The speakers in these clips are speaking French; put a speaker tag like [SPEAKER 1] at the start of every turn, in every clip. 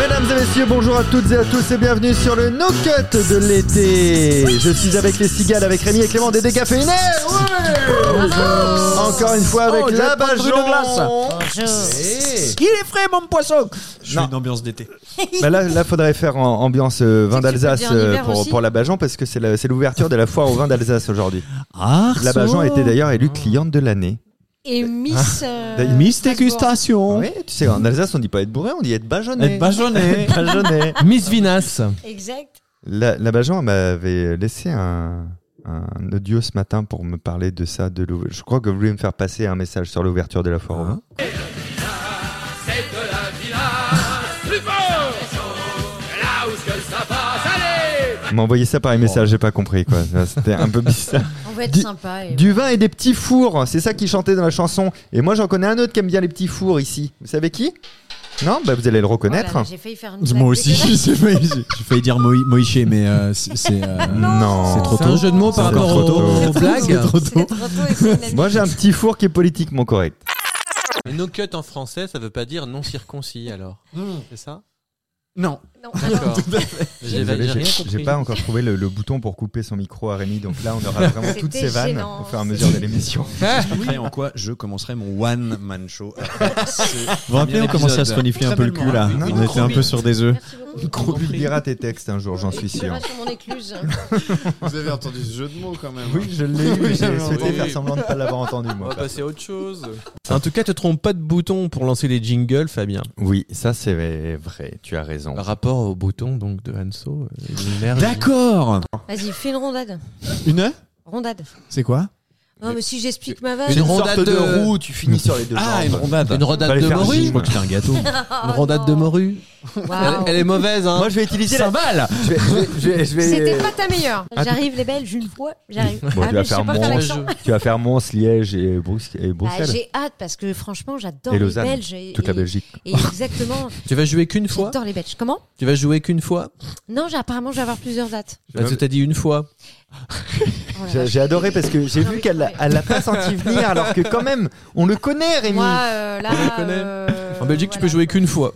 [SPEAKER 1] Mesdames et messieurs, bonjour à toutes et à tous et bienvenue sur le No Cut de l'été. Je suis avec les cigales, avec Rémi et Clément des décaféinaires. Ouais Encore une fois avec
[SPEAKER 2] Oh, je vais
[SPEAKER 1] la
[SPEAKER 2] prendre une
[SPEAKER 1] Bajon.
[SPEAKER 2] Il est frais, mon poisson
[SPEAKER 3] Je suis une ambiance d'été.
[SPEAKER 1] Bah là, là, faudrait faire en- ambiance euh, vin
[SPEAKER 4] Tu peux
[SPEAKER 1] d'Alsace
[SPEAKER 4] dire en
[SPEAKER 1] euh,
[SPEAKER 4] hiver
[SPEAKER 1] pour,
[SPEAKER 4] aussi.
[SPEAKER 1] pour la Bajon parce que c'est la- c'est l'ouverture de la foire au vin d'Alsace aujourd'hui.
[SPEAKER 3] Ah,
[SPEAKER 1] La Bajon était d'ailleurs élue cliente de l'année.
[SPEAKER 4] Et Miss. euh,
[SPEAKER 3] Miss
[SPEAKER 4] Strasbourg.
[SPEAKER 3] Dégustation.
[SPEAKER 1] Ah Oui, tu sais, en Alsace, on dit pas être bourré, on dit être bajonné.
[SPEAKER 3] Être bajonné.
[SPEAKER 1] Bajonné.
[SPEAKER 5] Miss Vinas.
[SPEAKER 4] Exact.
[SPEAKER 1] La, la Bajan m'avait laissé un, un audio ce matin pour me parler de ça. De l'ouv- je crois que vous voulez me faire passer un message sur l'ouverture de la foire. hein. au vin. Vous m'envoyez ça par un message, j'ai pas compris quoi. C'était un peu bizarre.
[SPEAKER 4] On va être
[SPEAKER 1] Du-
[SPEAKER 4] sympa. Et...
[SPEAKER 1] Du vin et des petits fours, c'est ça qui chantait dans la chanson. Et moi j'en connais un autre qui aime bien les petits fours ici. Vous savez qui Non Bah vous allez le
[SPEAKER 4] Oh là
[SPEAKER 1] reconnaître.
[SPEAKER 4] là, J'ai failli faire une. blague
[SPEAKER 3] Moi aussi,
[SPEAKER 4] dégueulasse.
[SPEAKER 3] j'ai failli, j'ai failli dire Moï- Moïché, mais euh, c'est- c'est. euh,
[SPEAKER 1] non.
[SPEAKER 3] C'est trop
[SPEAKER 5] C'est un jeu de mots
[SPEAKER 1] C'est
[SPEAKER 5] par
[SPEAKER 1] encore
[SPEAKER 5] rapport
[SPEAKER 1] trop tôt.
[SPEAKER 5] aux, aux blagues.
[SPEAKER 3] trop
[SPEAKER 4] C'est trop tôt et c'est une amie.
[SPEAKER 1] Moi j'ai un petit four qui est politiquement correct.
[SPEAKER 6] Mais no cut en français, ça veut pas dire non circoncis alors.
[SPEAKER 5] Hmm.
[SPEAKER 6] C'est ça
[SPEAKER 2] Non.
[SPEAKER 4] Non,
[SPEAKER 6] D'accord. J'ai j'ai
[SPEAKER 1] Désolé, j'ai-
[SPEAKER 6] rien
[SPEAKER 1] J'ai
[SPEAKER 6] compris.
[SPEAKER 1] pas encore trouvé le, le bouton pour couper son micro à Rémi, donc là on aura vraiment
[SPEAKER 4] C'était
[SPEAKER 1] toutes ses vannes
[SPEAKER 4] gênant.
[SPEAKER 1] au fur et à mesure de l'émission.
[SPEAKER 3] Oui.
[SPEAKER 2] en quoi je commencerai mon one man show.
[SPEAKER 3] Vous vous rappelez, on
[SPEAKER 2] Premier
[SPEAKER 3] commençait à se
[SPEAKER 2] épisode.
[SPEAKER 3] renifler un peu le cul là.
[SPEAKER 1] Non,
[SPEAKER 3] On
[SPEAKER 1] non,
[SPEAKER 3] était un peu sur des œufs.
[SPEAKER 4] merci beaucoup.
[SPEAKER 1] Tu publieras tes textes un jour, j'en suis
[SPEAKER 4] Tu
[SPEAKER 1] sûr.
[SPEAKER 4] verras sur mon écluse.
[SPEAKER 7] Vous avez entendu ce jeu de mots quand même. hein.
[SPEAKER 1] Oui, je l'ai eu, mais j'ai
[SPEAKER 7] Oui,
[SPEAKER 1] souhaité
[SPEAKER 6] oui.
[SPEAKER 1] faire semblant de ne pas l'avoir entendu
[SPEAKER 6] On
[SPEAKER 1] moi.
[SPEAKER 6] va passer à autre chose.
[SPEAKER 5] En tout cas, te trompe pas de bouton pour lancer les jingles, Fabien.
[SPEAKER 1] Oui, ça c'est vrai, tu as raison.
[SPEAKER 5] Par rapport au bouton donc de Hanso, euh, l'univers-
[SPEAKER 3] D'accord
[SPEAKER 4] Vas-y, fais une rondade.
[SPEAKER 3] Une œuf
[SPEAKER 4] Rondade.
[SPEAKER 3] C'est quoi
[SPEAKER 4] Non, mais si j'explique ma vanne.
[SPEAKER 5] Une rondade de
[SPEAKER 1] roue, tu finis sur les deux
[SPEAKER 3] Ah,
[SPEAKER 1] jambes.
[SPEAKER 3] rondade.
[SPEAKER 5] Une rondade
[SPEAKER 1] Fallait
[SPEAKER 5] de
[SPEAKER 1] faire
[SPEAKER 5] morue.
[SPEAKER 1] gym.
[SPEAKER 3] Je crois que c'est un gâteau.
[SPEAKER 5] Une rondade de morue. Elle,
[SPEAKER 4] Ah, Waouh.
[SPEAKER 5] elle est mauvaise, hein.
[SPEAKER 1] Moi je vais utiliser la...
[SPEAKER 5] balle.
[SPEAKER 1] Je vais, je vais- je vais-
[SPEAKER 4] C'était pas ta meilleure.
[SPEAKER 1] Ah,
[SPEAKER 4] J'arrive, les belles, une fois. J'arrive. Ah,
[SPEAKER 1] Bon, tu,
[SPEAKER 4] mais
[SPEAKER 1] vas
[SPEAKER 4] je sais
[SPEAKER 1] faire
[SPEAKER 4] pas faire
[SPEAKER 1] Mons,
[SPEAKER 4] l'accent.
[SPEAKER 1] tu vas faire Mons, Liège et, Brux- et
[SPEAKER 4] Bah,
[SPEAKER 1] Bruxelles.
[SPEAKER 4] J'ai hâte parce que franchement, j'adore
[SPEAKER 1] Et
[SPEAKER 4] les
[SPEAKER 1] Lausanne.
[SPEAKER 4] Belges. Et,
[SPEAKER 1] Toute la
[SPEAKER 4] et-
[SPEAKER 1] Belgique.
[SPEAKER 4] et exactement,
[SPEAKER 5] Tu vas jouer qu'une fois.
[SPEAKER 4] j'adore les Belges. Comment
[SPEAKER 5] Tu vas jouer qu'une fois.
[SPEAKER 4] Non, j'ai- apparemment, je vais avoir plusieurs dates.
[SPEAKER 5] Parce que t'as dit une fois.
[SPEAKER 4] Oh là là,
[SPEAKER 1] Euh, J'ai j'ai adoré parce que j'ai
[SPEAKER 4] Non,
[SPEAKER 1] vu
[SPEAKER 4] mais-
[SPEAKER 1] qu'elle l'a- elle l'a pas senti venir alors que quand même on le connaît Rémi.
[SPEAKER 4] Moi, euh, là,
[SPEAKER 5] Je connais.
[SPEAKER 4] euh,
[SPEAKER 5] En Belgique, tu peux
[SPEAKER 4] voilà.
[SPEAKER 5] jouer qu'une fois.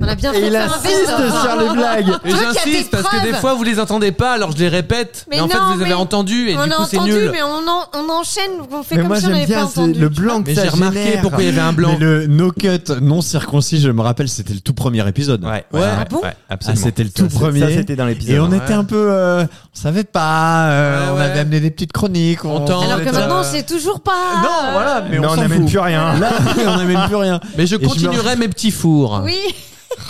[SPEAKER 4] On a bien
[SPEAKER 1] Et il
[SPEAKER 4] fait de faire un
[SPEAKER 1] insiste
[SPEAKER 4] best-of.
[SPEAKER 1] sur les blagues.
[SPEAKER 5] Et
[SPEAKER 4] Toi qui as des
[SPEAKER 5] j'insiste parce que
[SPEAKER 4] preuves.
[SPEAKER 5] des fois vous les entendez pas, alors je les répète.
[SPEAKER 4] Mais
[SPEAKER 5] Mais, en fait
[SPEAKER 4] non,
[SPEAKER 5] vous les avez
[SPEAKER 4] mais
[SPEAKER 5] entendus et
[SPEAKER 4] on
[SPEAKER 5] du
[SPEAKER 4] a
[SPEAKER 5] coup c'est
[SPEAKER 4] entendu,
[SPEAKER 5] nul.
[SPEAKER 4] mais on, en- on enchaîne, on fait
[SPEAKER 1] Mais
[SPEAKER 4] comme
[SPEAKER 1] moi
[SPEAKER 4] si on
[SPEAKER 1] j'aime
[SPEAKER 4] n'avait pas
[SPEAKER 1] bien c'est
[SPEAKER 4] entendu.
[SPEAKER 1] le blanc que
[SPEAKER 5] Mais
[SPEAKER 1] ça
[SPEAKER 5] j'ai remarqué
[SPEAKER 1] génère.
[SPEAKER 5] pourquoi il y avait un blanc.
[SPEAKER 3] Mais le no cut non circoncis, je me rappelle, c'était le tout premier épisode.
[SPEAKER 1] Ouais,
[SPEAKER 5] Ouais.
[SPEAKER 1] ouais,
[SPEAKER 5] Ah
[SPEAKER 4] bon
[SPEAKER 1] ouais,
[SPEAKER 3] Ah,
[SPEAKER 1] absolument.
[SPEAKER 3] c'était le tout
[SPEAKER 1] Ça, c'est-
[SPEAKER 3] premier.
[SPEAKER 1] Ça, c'était dans l'épisode.
[SPEAKER 3] Et on
[SPEAKER 1] hein.
[SPEAKER 3] était un peu, euh, on savait pas, euh,
[SPEAKER 5] Ouais,
[SPEAKER 3] on
[SPEAKER 5] ouais.
[SPEAKER 3] avait amené des petites chroniques.
[SPEAKER 5] On tente.
[SPEAKER 4] Alors que
[SPEAKER 5] Euh,
[SPEAKER 4] maintenant, c'est toujours pas. euh,
[SPEAKER 3] Non, voilà, mais
[SPEAKER 1] Non,
[SPEAKER 3] on
[SPEAKER 1] on
[SPEAKER 3] s'en
[SPEAKER 1] n'amène
[SPEAKER 3] fout.
[SPEAKER 1] plus rien.
[SPEAKER 3] Là, on n'amène plus rien.
[SPEAKER 5] Mais je
[SPEAKER 3] Et je me-
[SPEAKER 5] continuerai mes petits fours.
[SPEAKER 4] Oui,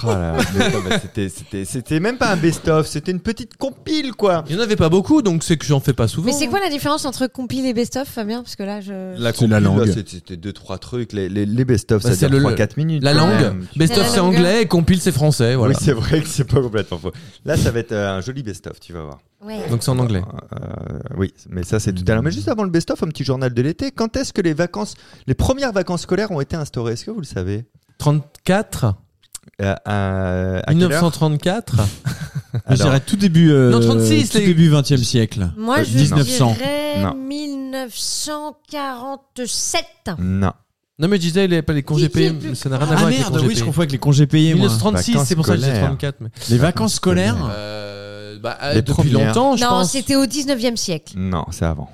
[SPEAKER 1] Oh là là, mais non, bah, c'était- C'était c'était même pas un best-of, c'était une petite compile quoi.
[SPEAKER 5] Il n'y en avait pas beaucoup, donc c'est que j'en fais pas souvent.
[SPEAKER 4] mais c'est quoi la différence entre compile et best-of, Fabien Parce que là, je.
[SPEAKER 1] La
[SPEAKER 3] C'est la
[SPEAKER 1] compile,
[SPEAKER 3] langue.
[SPEAKER 1] là, c'était- C'était deux trois trucs, les, les, les best-of
[SPEAKER 5] Bah,
[SPEAKER 1] ça
[SPEAKER 5] c'est
[SPEAKER 1] dure
[SPEAKER 5] le-
[SPEAKER 1] 3-4 minutes.
[SPEAKER 5] La
[SPEAKER 1] quand
[SPEAKER 5] langue
[SPEAKER 1] même.
[SPEAKER 4] C'est
[SPEAKER 5] Best-of
[SPEAKER 4] la
[SPEAKER 5] c'est
[SPEAKER 4] langue.
[SPEAKER 5] anglais et compile c'est français, voilà.
[SPEAKER 1] Oui c'est vrai que c'est pas complètement faux. Là ça va être euh, un joli best-of, tu vas voir.
[SPEAKER 4] Ouais.
[SPEAKER 5] donc c'est en anglais.
[SPEAKER 1] Euh, oui, mais ça c'est tout à l'heure. Mais juste avant le best-of, un petit journal de l'été. Quand est-ce que les vacances, les premières vacances scolaires ont été instaurées Est-ce que vous le savez
[SPEAKER 5] 34
[SPEAKER 1] Euh, à- à quelle heure
[SPEAKER 5] 1934
[SPEAKER 3] Je
[SPEAKER 1] Alors,
[SPEAKER 3] dirais tout début, euh,
[SPEAKER 5] Non, 36,
[SPEAKER 3] tout
[SPEAKER 5] les-
[SPEAKER 3] début 20e siècle.
[SPEAKER 4] Moi,
[SPEAKER 3] Euh,
[SPEAKER 4] je
[SPEAKER 3] 1900.
[SPEAKER 4] dirais
[SPEAKER 1] Non.
[SPEAKER 4] 1947.
[SPEAKER 1] Non.
[SPEAKER 5] Non mais je disais, il n'y avait pas les congés
[SPEAKER 4] Qui- qui est
[SPEAKER 5] payés,
[SPEAKER 4] le plus-
[SPEAKER 5] mais ça n'a rien à voir
[SPEAKER 3] Ah
[SPEAKER 5] avec les
[SPEAKER 3] merde,
[SPEAKER 5] congés
[SPEAKER 3] oui, je
[SPEAKER 5] payés.
[SPEAKER 3] confonds avec les congés payés, moi.
[SPEAKER 5] 1936,
[SPEAKER 1] Vacances
[SPEAKER 5] c'est pour ça que j'ai
[SPEAKER 1] scolaires.
[SPEAKER 5] 34. mais-
[SPEAKER 3] Les vacances scolaires.
[SPEAKER 5] Euh, bah, euh,
[SPEAKER 1] Les
[SPEAKER 5] depuis
[SPEAKER 1] premières.
[SPEAKER 5] longtemps, je
[SPEAKER 4] Non,
[SPEAKER 5] pense.
[SPEAKER 4] c'était au 19e siècle.
[SPEAKER 1] Non, c'est avant.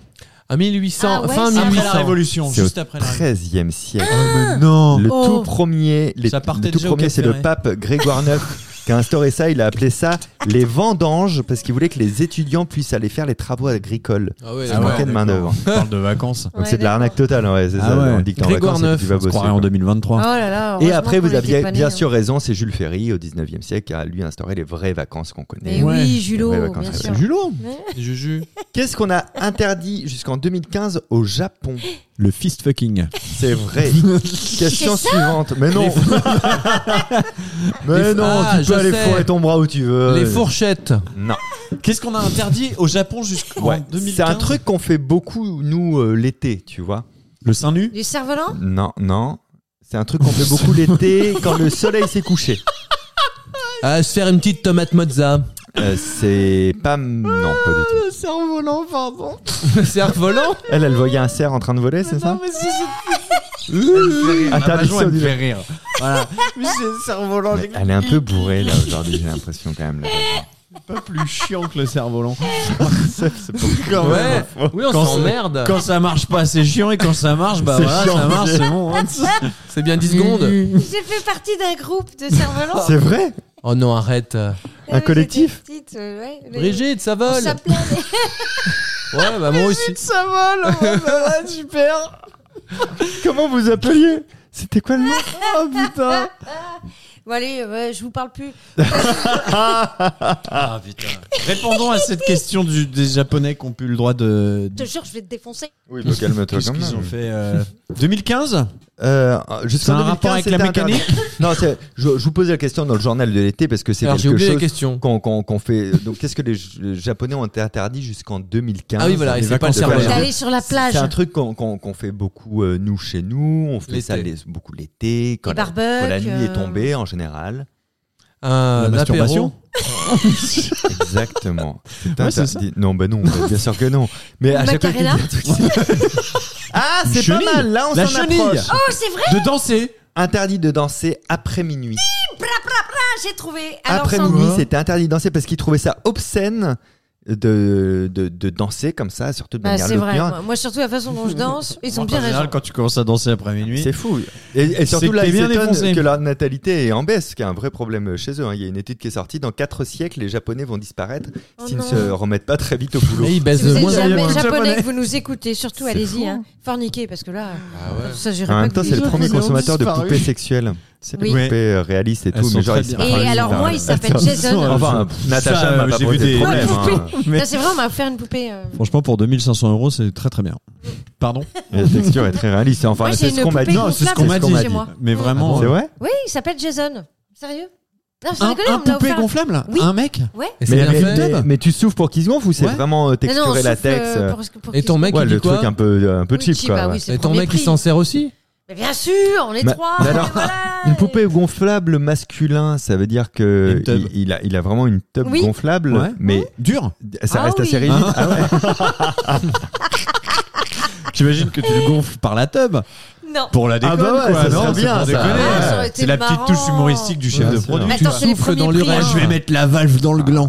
[SPEAKER 5] À 1800,
[SPEAKER 4] Ah ouais,
[SPEAKER 5] fin
[SPEAKER 4] c'est
[SPEAKER 3] Après la
[SPEAKER 5] 1800.
[SPEAKER 3] Révolution,
[SPEAKER 1] C'est
[SPEAKER 3] juste
[SPEAKER 1] au
[SPEAKER 3] après la
[SPEAKER 1] 13e siècle.
[SPEAKER 3] Révolution. Non.
[SPEAKER 1] Le
[SPEAKER 4] Oh.
[SPEAKER 1] tout premier, les-
[SPEAKER 3] Ça partait
[SPEAKER 1] le tout
[SPEAKER 3] déjà au
[SPEAKER 1] premier,
[SPEAKER 3] Cap
[SPEAKER 1] c'est le
[SPEAKER 3] Ferret.
[SPEAKER 1] pape Grégoire IX qui a instauré ça. Il a appelé ça les vendanges parce qu'il voulait que les étudiants puissent aller faire les travaux agricoles.
[SPEAKER 5] Ah ouais,
[SPEAKER 1] Ça
[SPEAKER 3] Ah ouais,
[SPEAKER 5] d'accord.
[SPEAKER 1] manquait de main d'œuvre.
[SPEAKER 3] On parle de vacances.
[SPEAKER 1] Donc
[SPEAKER 4] Ouais,
[SPEAKER 1] c'est de
[SPEAKER 4] d'accord.
[SPEAKER 1] l'arnaque totale, ouais, c'est
[SPEAKER 3] Ah
[SPEAKER 1] ça.
[SPEAKER 3] ouais.
[SPEAKER 1] On dit que t'es en
[SPEAKER 5] Grégoire
[SPEAKER 1] vacances et puis tu
[SPEAKER 5] IX,
[SPEAKER 1] vas
[SPEAKER 3] On se
[SPEAKER 1] bosser.
[SPEAKER 3] croirait en
[SPEAKER 1] quoi.
[SPEAKER 3] 2023.
[SPEAKER 4] Oh là là,
[SPEAKER 1] Et
[SPEAKER 4] heureusement
[SPEAKER 1] après,
[SPEAKER 4] qu'on
[SPEAKER 1] vous
[SPEAKER 4] était
[SPEAKER 1] aviez
[SPEAKER 4] pas nés,
[SPEAKER 1] bien
[SPEAKER 4] hein.
[SPEAKER 1] sûr raison, c'est Jules Ferry au 19e siècle qui a lui instauré les vraies vacances qu'on connaît.
[SPEAKER 4] Mais
[SPEAKER 3] Ouais.
[SPEAKER 4] oui, Julot,
[SPEAKER 1] Les vraies vacances,
[SPEAKER 4] bien
[SPEAKER 1] c'est
[SPEAKER 4] sûr.
[SPEAKER 3] Julot.
[SPEAKER 5] Juju.
[SPEAKER 1] Qu'est-ce qu'on a interdit jusqu'en 2015 au Japon
[SPEAKER 3] Le fist fucking.
[SPEAKER 1] C'est vrai. Question suivante. Mais non. Mais
[SPEAKER 5] Les-
[SPEAKER 1] non,
[SPEAKER 5] Ah,
[SPEAKER 1] tu peux
[SPEAKER 5] je
[SPEAKER 1] aller
[SPEAKER 5] sais.
[SPEAKER 1] fourrer ton bras où tu veux.
[SPEAKER 5] Les fourchettes.
[SPEAKER 1] Non.
[SPEAKER 3] Qu'est-ce qu'on a interdit au Japon jusqu'en
[SPEAKER 1] Ouais. C'est un truc qu'on fait beaucoup, nous, euh, l'été, tu vois.
[SPEAKER 3] Le sein nu
[SPEAKER 4] Du cerf-volant
[SPEAKER 1] Non, non. C'est un truc qu'on fait beaucoup l'été quand le soleil s'est couché.
[SPEAKER 5] Ah, se faire une petite tomate mozza.
[SPEAKER 1] Euh, c'est pas. Non, pas du tout.
[SPEAKER 5] Le cerf-volant
[SPEAKER 1] Ah, Elle, elle voyait un cerf en train de voler, c'est ça
[SPEAKER 3] mais si,
[SPEAKER 1] Interdiction du-
[SPEAKER 3] rire. Voilà.
[SPEAKER 8] Mais elle est un peu bourrée là aujourd'hui, j'ai l'impression quand même. là.
[SPEAKER 3] Pas plus chiant que le cerf-volant.
[SPEAKER 6] Ouais. Oui, on
[SPEAKER 3] Quand
[SPEAKER 6] s'emmerde.
[SPEAKER 3] Quand ça marche pas, c'est chiant. Et quand ça marche, bah
[SPEAKER 1] C'est
[SPEAKER 3] voilà,
[SPEAKER 1] chiant.
[SPEAKER 3] ça marche, c'est bon. hein.
[SPEAKER 6] C'est bien 10 secondes.
[SPEAKER 4] J'ai fait partie d'un groupe de Euh, cerfs-volants.
[SPEAKER 1] C'est vrai
[SPEAKER 6] Oh non, arrête.
[SPEAKER 1] un collectif
[SPEAKER 4] Petite, euh, ouais, les-
[SPEAKER 6] Brigitte, ça
[SPEAKER 4] On
[SPEAKER 6] vole.
[SPEAKER 4] s'appelait les-
[SPEAKER 6] Ouais, bah moi aussi.
[SPEAKER 1] Ça vole Super Comment vous appeliez C'était quoi le nom Oh putain
[SPEAKER 4] Bon, allez, ouais, je vous parle plus.
[SPEAKER 3] Ah putain. Répondons à cette question du- des Japonais qui ont eu le droit de.
[SPEAKER 4] Je te jure, je vais te défoncer.
[SPEAKER 8] Oui, bah, calme-toi
[SPEAKER 3] Qu'est-ce
[SPEAKER 8] quand
[SPEAKER 3] qu'ils ont
[SPEAKER 8] même.
[SPEAKER 3] fait euh, 2015
[SPEAKER 1] euh,
[SPEAKER 3] C'est
[SPEAKER 1] jusqu'en
[SPEAKER 3] un
[SPEAKER 1] 2015,
[SPEAKER 3] rapport avec
[SPEAKER 1] c'était
[SPEAKER 3] la
[SPEAKER 1] interdit.
[SPEAKER 3] mécanique
[SPEAKER 1] Non, c'est- je, je vous posais la question dans le journal de l'été parce que c'est
[SPEAKER 6] Alors j'ai
[SPEAKER 1] quelque
[SPEAKER 6] oublié la
[SPEAKER 1] chose
[SPEAKER 6] question.
[SPEAKER 1] qu'on qu'on- qu'on fait. Donc, qu'est-ce que les, J- les Japonais ont été interdits jusqu'en 2015
[SPEAKER 6] Ah oui, voilà, et
[SPEAKER 1] Les
[SPEAKER 6] c'est pas le
[SPEAKER 1] vacances
[SPEAKER 6] cerveau.
[SPEAKER 1] scolaires.
[SPEAKER 4] T'es allé sur la plage.
[SPEAKER 1] C'est un truc qu'on qu'on- qu'on fait beaucoup euh, nous chez nous. On fait
[SPEAKER 6] L'été.
[SPEAKER 1] ça les- beaucoup l'été quand,
[SPEAKER 4] Les
[SPEAKER 1] la-
[SPEAKER 4] barbecues,
[SPEAKER 1] quand la nuit
[SPEAKER 4] euh,
[SPEAKER 1] est tombée en général.
[SPEAKER 6] Un
[SPEAKER 3] La masturbation
[SPEAKER 6] apéro.
[SPEAKER 8] Exactement. C'est
[SPEAKER 3] Ouais, c'est
[SPEAKER 8] interdit.
[SPEAKER 1] Non, bah non, bah, bien sûr que non. Mais à chaque fois qu'il y a
[SPEAKER 4] Macarena
[SPEAKER 1] un truc- Ah, c'est pas
[SPEAKER 3] chenille.
[SPEAKER 1] mal. Là, on
[SPEAKER 3] La
[SPEAKER 1] s'en
[SPEAKER 3] chenille.
[SPEAKER 1] approche.
[SPEAKER 4] Oh, c'est vrai,
[SPEAKER 3] De danser
[SPEAKER 1] Interdit de danser après minuit.
[SPEAKER 4] j'ai trouvé. Alors,
[SPEAKER 1] Après
[SPEAKER 4] sans-
[SPEAKER 1] minuit, c'était interdit de danser parce qu'ils trouvaient ça obscène de, de, de danser comme ça, surtout de
[SPEAKER 4] Bah,
[SPEAKER 1] manière
[SPEAKER 4] c'est vrai.
[SPEAKER 1] loupière.
[SPEAKER 4] Moi, moi, surtout la façon dont je danse, ils ont
[SPEAKER 3] En
[SPEAKER 4] bien
[SPEAKER 3] général,
[SPEAKER 4] raison.
[SPEAKER 3] quand tu commences à danser après minuit.
[SPEAKER 1] C'est fou. Et, et
[SPEAKER 3] C'est
[SPEAKER 1] surtout
[SPEAKER 3] que
[SPEAKER 1] là,
[SPEAKER 3] t'es
[SPEAKER 1] ils
[SPEAKER 3] bien
[SPEAKER 1] s'étonnent
[SPEAKER 3] défoncé.
[SPEAKER 1] que leur natalité est en baisse, ce qui est un vrai problème chez eux. hein. Il y a une étude qui est sortie. Dans 4 siècles, les Japonais vont disparaître
[SPEAKER 4] Oh
[SPEAKER 1] s'ils ne
[SPEAKER 4] non.
[SPEAKER 1] se remettent pas très vite au boulot.
[SPEAKER 6] Et il baisse
[SPEAKER 4] Si vous
[SPEAKER 6] de
[SPEAKER 4] êtes
[SPEAKER 6] moins en
[SPEAKER 4] jamais
[SPEAKER 6] moins.
[SPEAKER 4] japonais, que vous nous écoutez, surtout allez-y, hein. forniquez parce que là,
[SPEAKER 1] Ah
[SPEAKER 4] ça j'irai
[SPEAKER 1] En
[SPEAKER 4] pas.
[SPEAKER 1] même temps,
[SPEAKER 4] que
[SPEAKER 1] c'est le
[SPEAKER 4] vous-
[SPEAKER 1] premier
[SPEAKER 7] Japonais ont
[SPEAKER 1] consommateur de
[SPEAKER 7] disparu.
[SPEAKER 1] poupées sexuelles. C'est des
[SPEAKER 4] Oui.
[SPEAKER 1] poupées euh, réalistes et
[SPEAKER 3] Elles
[SPEAKER 1] tout,
[SPEAKER 3] sont
[SPEAKER 1] mais genre
[SPEAKER 3] très
[SPEAKER 1] ils se
[SPEAKER 3] bien.
[SPEAKER 1] parlent.
[SPEAKER 4] Et alors moi, il s'appelle
[SPEAKER 3] Attends,
[SPEAKER 4] Jason.
[SPEAKER 3] attends,
[SPEAKER 1] Enfin,
[SPEAKER 3] ça,
[SPEAKER 1] pff, Natacha
[SPEAKER 3] euh,
[SPEAKER 1] m'a pas
[SPEAKER 3] j'ai
[SPEAKER 1] posé
[SPEAKER 3] vu
[SPEAKER 1] de
[SPEAKER 3] des-
[SPEAKER 1] problème. hein.
[SPEAKER 4] Non, c'est vrai, on m'a offert une poupée. euh.
[SPEAKER 3] Franchement, pour 2500 euros, c'est très très bien. Pardon
[SPEAKER 1] La texture est très réaliste. hein. Enfin,
[SPEAKER 4] Moi, j'ai
[SPEAKER 1] c'est
[SPEAKER 4] une
[SPEAKER 1] ce qu'on m'a
[SPEAKER 4] poupée
[SPEAKER 1] dit.
[SPEAKER 4] gonflable
[SPEAKER 1] c'est ce
[SPEAKER 4] qu'on m'a
[SPEAKER 1] dit.
[SPEAKER 4] chez moi.
[SPEAKER 3] Mais vraiment. euh,
[SPEAKER 1] C'est vrai
[SPEAKER 4] Oui, il s'appelle Jason. Sérieux Non, sans
[SPEAKER 3] Un,
[SPEAKER 4] déconner,
[SPEAKER 3] un
[SPEAKER 4] on me l'a
[SPEAKER 3] poupé
[SPEAKER 4] offert.
[SPEAKER 3] gonflable là
[SPEAKER 4] Oui.
[SPEAKER 3] Un mec
[SPEAKER 4] Ouais.
[SPEAKER 6] Et c'est
[SPEAKER 1] mais,
[SPEAKER 6] bien
[SPEAKER 1] mais-
[SPEAKER 6] fait.
[SPEAKER 1] mais- mais tu souffles pour qu'ils se gonflent ou c'est
[SPEAKER 3] Ouais.
[SPEAKER 1] vraiment euh,
[SPEAKER 4] Non, non,
[SPEAKER 1] texturé
[SPEAKER 4] souffle,
[SPEAKER 1] latex
[SPEAKER 4] euh,
[SPEAKER 1] euh,
[SPEAKER 4] pour- pour
[SPEAKER 6] Et
[SPEAKER 4] qu'ils
[SPEAKER 6] ton
[SPEAKER 4] se-
[SPEAKER 6] mec,
[SPEAKER 1] Ouais,
[SPEAKER 6] il dit
[SPEAKER 1] le
[SPEAKER 6] quoi
[SPEAKER 1] truc un peu, euh, un peu
[SPEAKER 4] Oui,
[SPEAKER 1] cheap
[SPEAKER 4] cheap,
[SPEAKER 1] quoi.
[SPEAKER 4] ah oui,
[SPEAKER 1] ouais.
[SPEAKER 4] c'est
[SPEAKER 6] Et
[SPEAKER 4] le
[SPEAKER 6] ton
[SPEAKER 4] premier
[SPEAKER 6] mec, il
[SPEAKER 4] prix.
[SPEAKER 6] s'en sert aussi
[SPEAKER 4] Mais bien sûr, on est
[SPEAKER 1] Mais-
[SPEAKER 4] trois.
[SPEAKER 1] mais alors,
[SPEAKER 4] voilà.
[SPEAKER 1] Une poupée gonflable masculin, ça veut dire que
[SPEAKER 3] Une tub.
[SPEAKER 1] il, il a, il a vraiment une tube
[SPEAKER 4] Oui.
[SPEAKER 1] gonflable,
[SPEAKER 3] Ouais.
[SPEAKER 1] mais
[SPEAKER 3] Dur
[SPEAKER 1] ça
[SPEAKER 4] Ah
[SPEAKER 1] reste assez
[SPEAKER 4] oui.
[SPEAKER 1] rigide. Ah ouais.
[SPEAKER 3] J'imagine que tu le gonfles par la tub
[SPEAKER 4] Non.
[SPEAKER 3] pour la déconne.
[SPEAKER 1] Ah bah ouais,
[SPEAKER 3] quoi,
[SPEAKER 1] ça
[SPEAKER 3] non,
[SPEAKER 1] serait
[SPEAKER 3] c'est
[SPEAKER 1] bien, ça.
[SPEAKER 3] pour déconner.
[SPEAKER 4] Ah, ça aurait été
[SPEAKER 3] c'est la petite
[SPEAKER 4] marrant. Ah,
[SPEAKER 3] touche humoristique du chef
[SPEAKER 1] Ouais,
[SPEAKER 3] de
[SPEAKER 1] c'est
[SPEAKER 3] produit.
[SPEAKER 1] vrai. Ah
[SPEAKER 3] tu
[SPEAKER 4] Attends,
[SPEAKER 3] vois.
[SPEAKER 4] c'est les
[SPEAKER 6] souffles
[SPEAKER 4] premiers
[SPEAKER 6] dans
[SPEAKER 4] prix.
[SPEAKER 6] l'urètre.
[SPEAKER 4] hein.
[SPEAKER 3] Je vais mettre la valve dans le gland.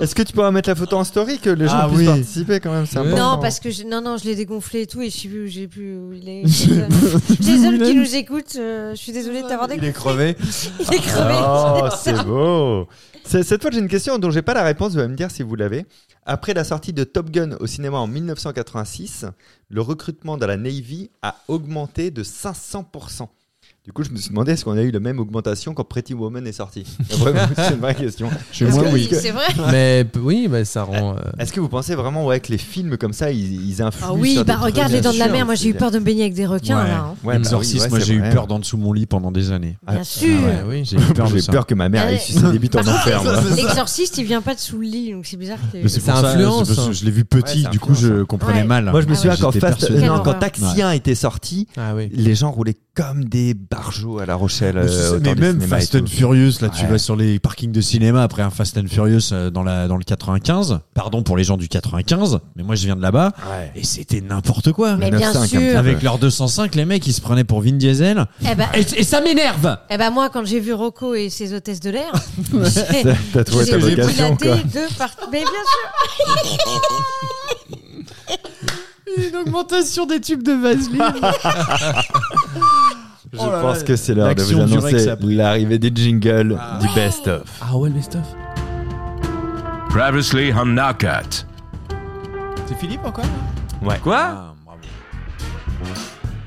[SPEAKER 1] Est-ce que tu pourras mettre la photo en story que les gens
[SPEAKER 3] Ah
[SPEAKER 1] puissent
[SPEAKER 3] oui.
[SPEAKER 1] participer quand même c'est important.
[SPEAKER 4] Non, parce que je, non, non, je l'ai dégonflé et tout, et je sais plus, où- j'ai plus où il est. Jason qui nous écoute, euh, je suis désolée de t'avoir
[SPEAKER 3] Il est
[SPEAKER 4] dégonflé.
[SPEAKER 3] crevé.
[SPEAKER 4] Il est crevé.
[SPEAKER 1] Oh, c'est beau. C'est- Cette fois, j'ai une question dont j'ai pas la réponse. Vous allez me dire si vous l'avez. Après la sortie de Top Gun au cinéma en 1986, le recrutement dans la Navy a augmenté de 500%. Du coup, je me suis demandé est-ce qu'on a eu la même augmentation quand Pretty Woman est sortie. Vraiment, c'est une vraie question.
[SPEAKER 3] Chez
[SPEAKER 1] Parce
[SPEAKER 3] moi,
[SPEAKER 1] que-
[SPEAKER 3] oui.
[SPEAKER 1] parce que-
[SPEAKER 4] c'est vrai.
[SPEAKER 6] Mais p- oui, bah, ça rend. euh,
[SPEAKER 1] Est-ce que vous pensez vraiment ouais, que les films comme ça, ils, ils influent
[SPEAKER 4] Ah oui,
[SPEAKER 1] sur des
[SPEAKER 4] bah
[SPEAKER 1] trucs,
[SPEAKER 4] regarde les
[SPEAKER 1] bien
[SPEAKER 4] dents de la
[SPEAKER 1] sûr,
[SPEAKER 4] mer. Moi, j'ai eu
[SPEAKER 1] c'est-à-dire-
[SPEAKER 4] peur de me baigner avec des requins
[SPEAKER 3] Ouais.
[SPEAKER 4] là. hein.
[SPEAKER 1] Ouais, bah oui,
[SPEAKER 3] Exorciste,
[SPEAKER 1] ouais,
[SPEAKER 3] moi
[SPEAKER 1] c'est
[SPEAKER 3] j'ai eu
[SPEAKER 1] vrai.
[SPEAKER 3] peur d'en dessous mon lit pendant des années.
[SPEAKER 1] Ah,
[SPEAKER 4] Bien sûr.
[SPEAKER 3] Ah ouais, j'ai eu peur de
[SPEAKER 1] J'ai
[SPEAKER 3] ça.
[SPEAKER 1] peur que ma mère
[SPEAKER 4] Ah
[SPEAKER 1] ait
[SPEAKER 4] ouais.
[SPEAKER 1] su ses débuts en enfer. moi.
[SPEAKER 4] L'exorciste, il vient pas de sous le lit, donc c'est bizarre. Que...
[SPEAKER 3] Mais c'est
[SPEAKER 6] Ça
[SPEAKER 3] pour ça,
[SPEAKER 6] influence,
[SPEAKER 3] c'est parce que
[SPEAKER 6] hein.
[SPEAKER 3] je l'ai vu
[SPEAKER 1] Ouais,
[SPEAKER 3] petit,
[SPEAKER 1] ça hein.
[SPEAKER 3] du coup je comprenais
[SPEAKER 4] Ouais.
[SPEAKER 3] mal.
[SPEAKER 1] Moi, je me
[SPEAKER 4] Ah
[SPEAKER 1] souviens
[SPEAKER 4] ouais.
[SPEAKER 1] quand,
[SPEAKER 3] J'étais
[SPEAKER 1] Fast...
[SPEAKER 3] persuadé.
[SPEAKER 1] non, quand
[SPEAKER 4] Horreur.
[SPEAKER 1] Taxien était sorti,
[SPEAKER 6] Ah oui.
[SPEAKER 1] les gens roulaient comme des barjots à La Rochelle.
[SPEAKER 3] Mais
[SPEAKER 1] euh, au
[SPEAKER 3] c'est-
[SPEAKER 1] temps
[SPEAKER 3] mais
[SPEAKER 1] des
[SPEAKER 3] même
[SPEAKER 1] cinémas et
[SPEAKER 3] Fast and
[SPEAKER 1] tout.
[SPEAKER 3] Furious, là, tu
[SPEAKER 1] Ouais.
[SPEAKER 3] vas sur les parkings de cinéma après un Fast and Furious euh, dans, la, dans le 95. Pardon pour les gens du 95, mais moi je viens de là-bas.
[SPEAKER 1] Ouais.
[SPEAKER 3] Et c'était n'importe quoi.
[SPEAKER 4] Mais bien
[SPEAKER 1] 9,5, un
[SPEAKER 4] sûr.
[SPEAKER 1] petit peu.
[SPEAKER 3] Avec leur 205, les mecs, ils se prenaient pour Vin Diesel.
[SPEAKER 4] Eh ben,
[SPEAKER 3] Et, et ça m'énerve
[SPEAKER 4] eh ben moi, quand j'ai vu Rocco et ses hôtesses de l'air, j'ai
[SPEAKER 1] T'as trouvé
[SPEAKER 4] j'ai
[SPEAKER 1] ta vocation,
[SPEAKER 4] dilaté
[SPEAKER 1] quoi.
[SPEAKER 4] de part. Mais bien sûr.
[SPEAKER 3] Une augmentation des tubes de vaseline.
[SPEAKER 1] Je
[SPEAKER 3] Oh là
[SPEAKER 1] pense
[SPEAKER 3] là,
[SPEAKER 1] que c'est l'heure de vous
[SPEAKER 3] l'action durée que
[SPEAKER 1] annoncer
[SPEAKER 3] ça a pris.
[SPEAKER 1] l'arrivée des jingles du best-of.
[SPEAKER 6] Ah ouais, le best-of.
[SPEAKER 9] Previously on Knockout.
[SPEAKER 5] C'est Philippe encore
[SPEAKER 9] Quoi Ah,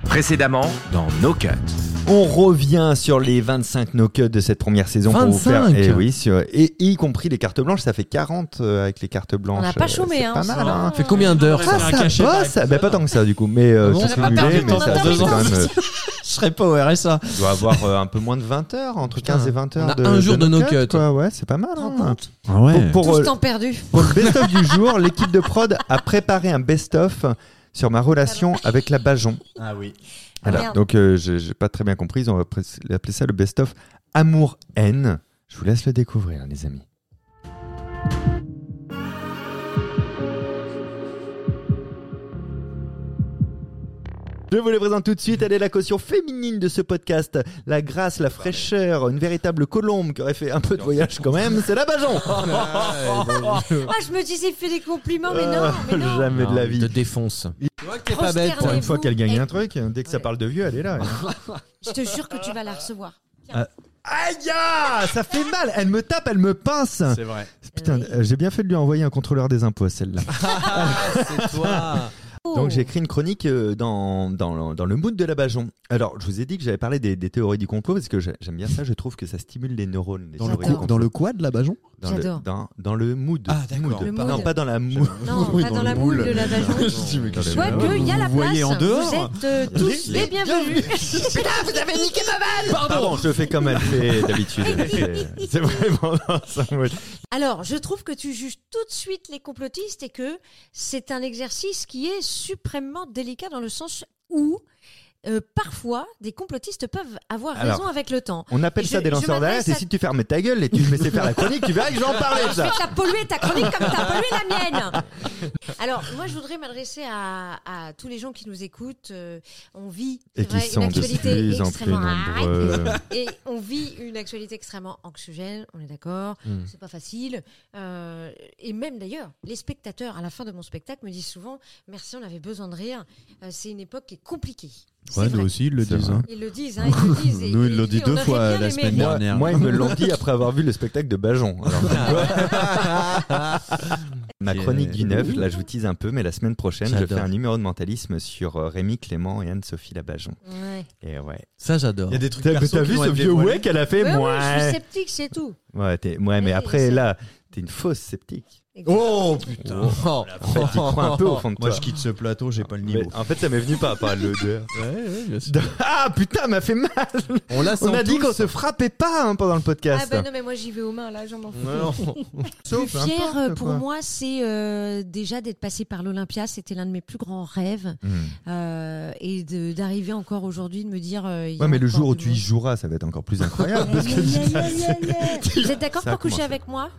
[SPEAKER 9] Précédemment dans Knockout.
[SPEAKER 1] On revient sur les 25 no-cut de cette première saison pour vous faire.
[SPEAKER 6] 25.
[SPEAKER 1] Et oui, sur- et y compris les cartes blanches, ça fait 40 euh, avec les cartes blanches.
[SPEAKER 4] On n'a pas
[SPEAKER 1] euh,
[SPEAKER 4] chômé,
[SPEAKER 1] c'est
[SPEAKER 4] hein.
[SPEAKER 1] Pas
[SPEAKER 4] ça
[SPEAKER 1] mal,
[SPEAKER 4] va.
[SPEAKER 1] hein.
[SPEAKER 6] Fait combien d'heures
[SPEAKER 1] Ah,
[SPEAKER 3] un
[SPEAKER 1] ça
[SPEAKER 3] cachet par
[SPEAKER 1] bosse Bah, pas tant que ça, du coup. Mais euh,
[SPEAKER 3] Ah bon
[SPEAKER 1] c'est
[SPEAKER 3] On a pas
[SPEAKER 1] cumulé,
[SPEAKER 3] perdu
[SPEAKER 1] mais
[SPEAKER 3] tant
[SPEAKER 1] ça
[SPEAKER 3] d'heures.
[SPEAKER 1] fait quand même. euh,
[SPEAKER 3] Je serais pas au RSA.
[SPEAKER 1] Il doit avoir euh, un peu moins de 20 heures, entre 15 et 20 heures.
[SPEAKER 6] on a
[SPEAKER 1] de,
[SPEAKER 6] un jour de
[SPEAKER 1] no-cut,
[SPEAKER 6] no-cut.
[SPEAKER 1] quoi. Ouais, c'est pas mal. hein.
[SPEAKER 3] Ah ouais.
[SPEAKER 1] Pour,
[SPEAKER 4] Tout
[SPEAKER 1] pour, euh,
[SPEAKER 4] le temps perdu.
[SPEAKER 1] pour le best-of du jour, l'équipe de prod a préparé un best-of sur ma relation avec la Bajon.
[SPEAKER 3] Ah oui.
[SPEAKER 1] Voilà.
[SPEAKER 4] Merde.
[SPEAKER 1] Donc, euh, j'ai j'ai pas très bien compris. On va pres- appeler ça le best-of amour-haine. Je vous laisse le découvrir, les amis. Je vous les présente tout de suite. Elle est la caution féminine de ce podcast. La grâce, la fraîcheur, une véritable colombe qui aurait fait un peu de voyage quand même. C'est la Bajon.
[SPEAKER 4] Oh, je me disais, il fait des compliments, mais non, mais non.
[SPEAKER 1] Euh, Jamais de la
[SPEAKER 5] il te
[SPEAKER 1] vie.
[SPEAKER 5] défonce. Tu vois que t'es pas
[SPEAKER 4] Prosternez-vous.
[SPEAKER 5] bête.
[SPEAKER 1] Pour une fois qu'elle gagne
[SPEAKER 4] Et
[SPEAKER 1] un truc, hein, dès que ça parle de vieux, elle est là. hein.
[SPEAKER 4] Je te jure que tu vas la recevoir.
[SPEAKER 1] Aïe ah, Ça fait mal Elle me tape, elle me pince
[SPEAKER 5] C'est vrai.
[SPEAKER 1] Putain,
[SPEAKER 4] Eh Oui.
[SPEAKER 1] euh, j'ai bien fait de lui envoyer un contrôleur des impôts, celle-là.
[SPEAKER 5] C'est toi.
[SPEAKER 4] Oh.
[SPEAKER 1] Donc j'ai écrit une chronique euh, dans, dans, le- dans le mood de la Bajon. Alors, je vous ai dit que j'avais parlé des, des théories du complot, parce que j'ai- j'aime bien ça, je trouve que ça stimule les neurones. Les
[SPEAKER 3] Dans le,
[SPEAKER 1] théories
[SPEAKER 4] cou-
[SPEAKER 1] du complot.
[SPEAKER 3] dans le quad, là, Bajon
[SPEAKER 1] Dans le-
[SPEAKER 4] J'adore.
[SPEAKER 1] dans, dans le mood.
[SPEAKER 3] Ah, d'accord.
[SPEAKER 1] Mood.
[SPEAKER 4] Le
[SPEAKER 1] Pas-
[SPEAKER 4] mood.
[SPEAKER 1] Non, pas dans la mood.
[SPEAKER 4] Non,
[SPEAKER 3] Oui,
[SPEAKER 4] pas
[SPEAKER 3] dans
[SPEAKER 4] dans
[SPEAKER 3] le
[SPEAKER 4] la
[SPEAKER 3] moule.
[SPEAKER 4] boule de la vagin. Quoique, il y a la
[SPEAKER 3] Vous voyez
[SPEAKER 4] place.
[SPEAKER 3] en dehors.
[SPEAKER 4] Vous êtes euh, tous les bienvenus.
[SPEAKER 1] Pardon, je fais comme elle fait d'habitude. C'est- C'est vraiment dans sa mood.
[SPEAKER 4] Alors, je trouve que tu juges tout de suite les complotistes et que c'est un exercice qui est suprêmement délicat dans le sens où euh, parfois des complotistes peuvent avoir
[SPEAKER 1] Alors,
[SPEAKER 4] raison avec le temps.
[SPEAKER 1] On appelle
[SPEAKER 4] Et
[SPEAKER 1] ça
[SPEAKER 4] je-
[SPEAKER 1] des
[SPEAKER 4] je
[SPEAKER 1] lanceurs d'alerte,
[SPEAKER 4] m'adresse
[SPEAKER 1] et
[SPEAKER 4] à-
[SPEAKER 1] si tu fermes ta gueule et tu me laissais faire la chronique, tu verras que j'en parlais de
[SPEAKER 4] Je vais
[SPEAKER 1] ça.
[SPEAKER 4] te la polluer ta chronique comme t'as pollué la mienne. Alors moi je voudrais m'adresser à, à tous les gens qui nous écoutent. Euh, on vit c'est
[SPEAKER 1] Et qui
[SPEAKER 4] vrai, une
[SPEAKER 1] sont de euh,
[SPEAKER 4] actualité
[SPEAKER 1] plus en plus
[SPEAKER 4] extrêmement
[SPEAKER 1] nombreux.
[SPEAKER 4] Et on vit une actualité extrêmement anxiogène, on est d'accord,
[SPEAKER 3] Hmm.
[SPEAKER 5] Mm.
[SPEAKER 4] c'est pas facile. Euh, et même d'ailleurs, les spectateurs à la fin de mon spectacle me disent souvent Merci, on avait besoin de rire. Euh, c'est une époque qui est compliquée. C'est vrai.
[SPEAKER 3] aussi, ils le
[SPEAKER 1] C'est disent, vrai. hein.
[SPEAKER 4] Ils le disent, hein, ils le disent. et-
[SPEAKER 3] Nous, ils
[SPEAKER 4] et-
[SPEAKER 3] l'ont dit
[SPEAKER 4] et on
[SPEAKER 3] deux
[SPEAKER 4] aurait
[SPEAKER 3] fois
[SPEAKER 4] bien
[SPEAKER 3] la
[SPEAKER 4] aimé.
[SPEAKER 3] semaine
[SPEAKER 1] Moi,
[SPEAKER 3] dernière.
[SPEAKER 1] moi, ils me l'ont dit après avoir vu le spectacle de Bajon. Alors, comme quoi. Ma chronique du neuf, là je vous tease un peu, mais la semaine prochaine, je
[SPEAKER 5] J'adore.
[SPEAKER 1] fais un numéro de mentalisme sur euh, Rémi Clément et Anne-Sophie Labajon.
[SPEAKER 4] Ouais.
[SPEAKER 1] Et ouais.
[SPEAKER 5] Ça, j'adore.
[SPEAKER 2] des trucs
[SPEAKER 1] T'as
[SPEAKER 2] perso qui
[SPEAKER 1] vu
[SPEAKER 2] vont
[SPEAKER 1] ce
[SPEAKER 2] être
[SPEAKER 1] vieux
[SPEAKER 2] dévoilés.
[SPEAKER 1] ouais qu'elle a fait
[SPEAKER 4] Ouais, ouais,
[SPEAKER 1] Moi.
[SPEAKER 4] je suis sceptique, c'est tout.
[SPEAKER 1] Ouais, t'es- ouais, mais
[SPEAKER 4] Oui,
[SPEAKER 1] après
[SPEAKER 4] c'est-
[SPEAKER 1] là, t'es une fausse sceptique.
[SPEAKER 5] Oh putain.
[SPEAKER 1] En fait, tu crois un peu au fond de toi.
[SPEAKER 2] Moi, je quitte ce plateau, j'ai pas le niveau.
[SPEAKER 1] Mais en fait, ça m'est venu pas par l'odeur.
[SPEAKER 5] bien sûr.
[SPEAKER 1] Ah putain, m'a fait mal.
[SPEAKER 5] On l'a
[SPEAKER 1] On
[SPEAKER 5] sent
[SPEAKER 1] a dit
[SPEAKER 5] tous.
[SPEAKER 1] qu'on se frappait pas hein, pendant le
[SPEAKER 4] Ah
[SPEAKER 1] podcast.
[SPEAKER 4] bah non, mais moi j'y vais aux mains, là, j'en m'en fous.
[SPEAKER 1] Sauf,
[SPEAKER 4] plus fier
[SPEAKER 1] importe,
[SPEAKER 4] euh, pour
[SPEAKER 1] quoi.
[SPEAKER 4] moi, c'est euh, déjà d'être passé par l'Olympia. C'était l'un de mes plus grands rêves.
[SPEAKER 1] Hmm.
[SPEAKER 4] Euh, et de- d'arriver encore aujourd'hui, de me dire. euh, il y a
[SPEAKER 1] Ouais, mais le
[SPEAKER 4] encore
[SPEAKER 1] jour où
[SPEAKER 4] du
[SPEAKER 1] tu y
[SPEAKER 4] monde.
[SPEAKER 1] joueras, ça va être encore plus incroyable.
[SPEAKER 4] Yeah,
[SPEAKER 1] parce
[SPEAKER 4] yeah,
[SPEAKER 1] que
[SPEAKER 4] yeah,
[SPEAKER 1] putain,
[SPEAKER 4] yeah, yeah, yeah. Vous êtes d'accord
[SPEAKER 1] Ça a
[SPEAKER 4] pour coucher
[SPEAKER 1] commencé.
[SPEAKER 4] avec moi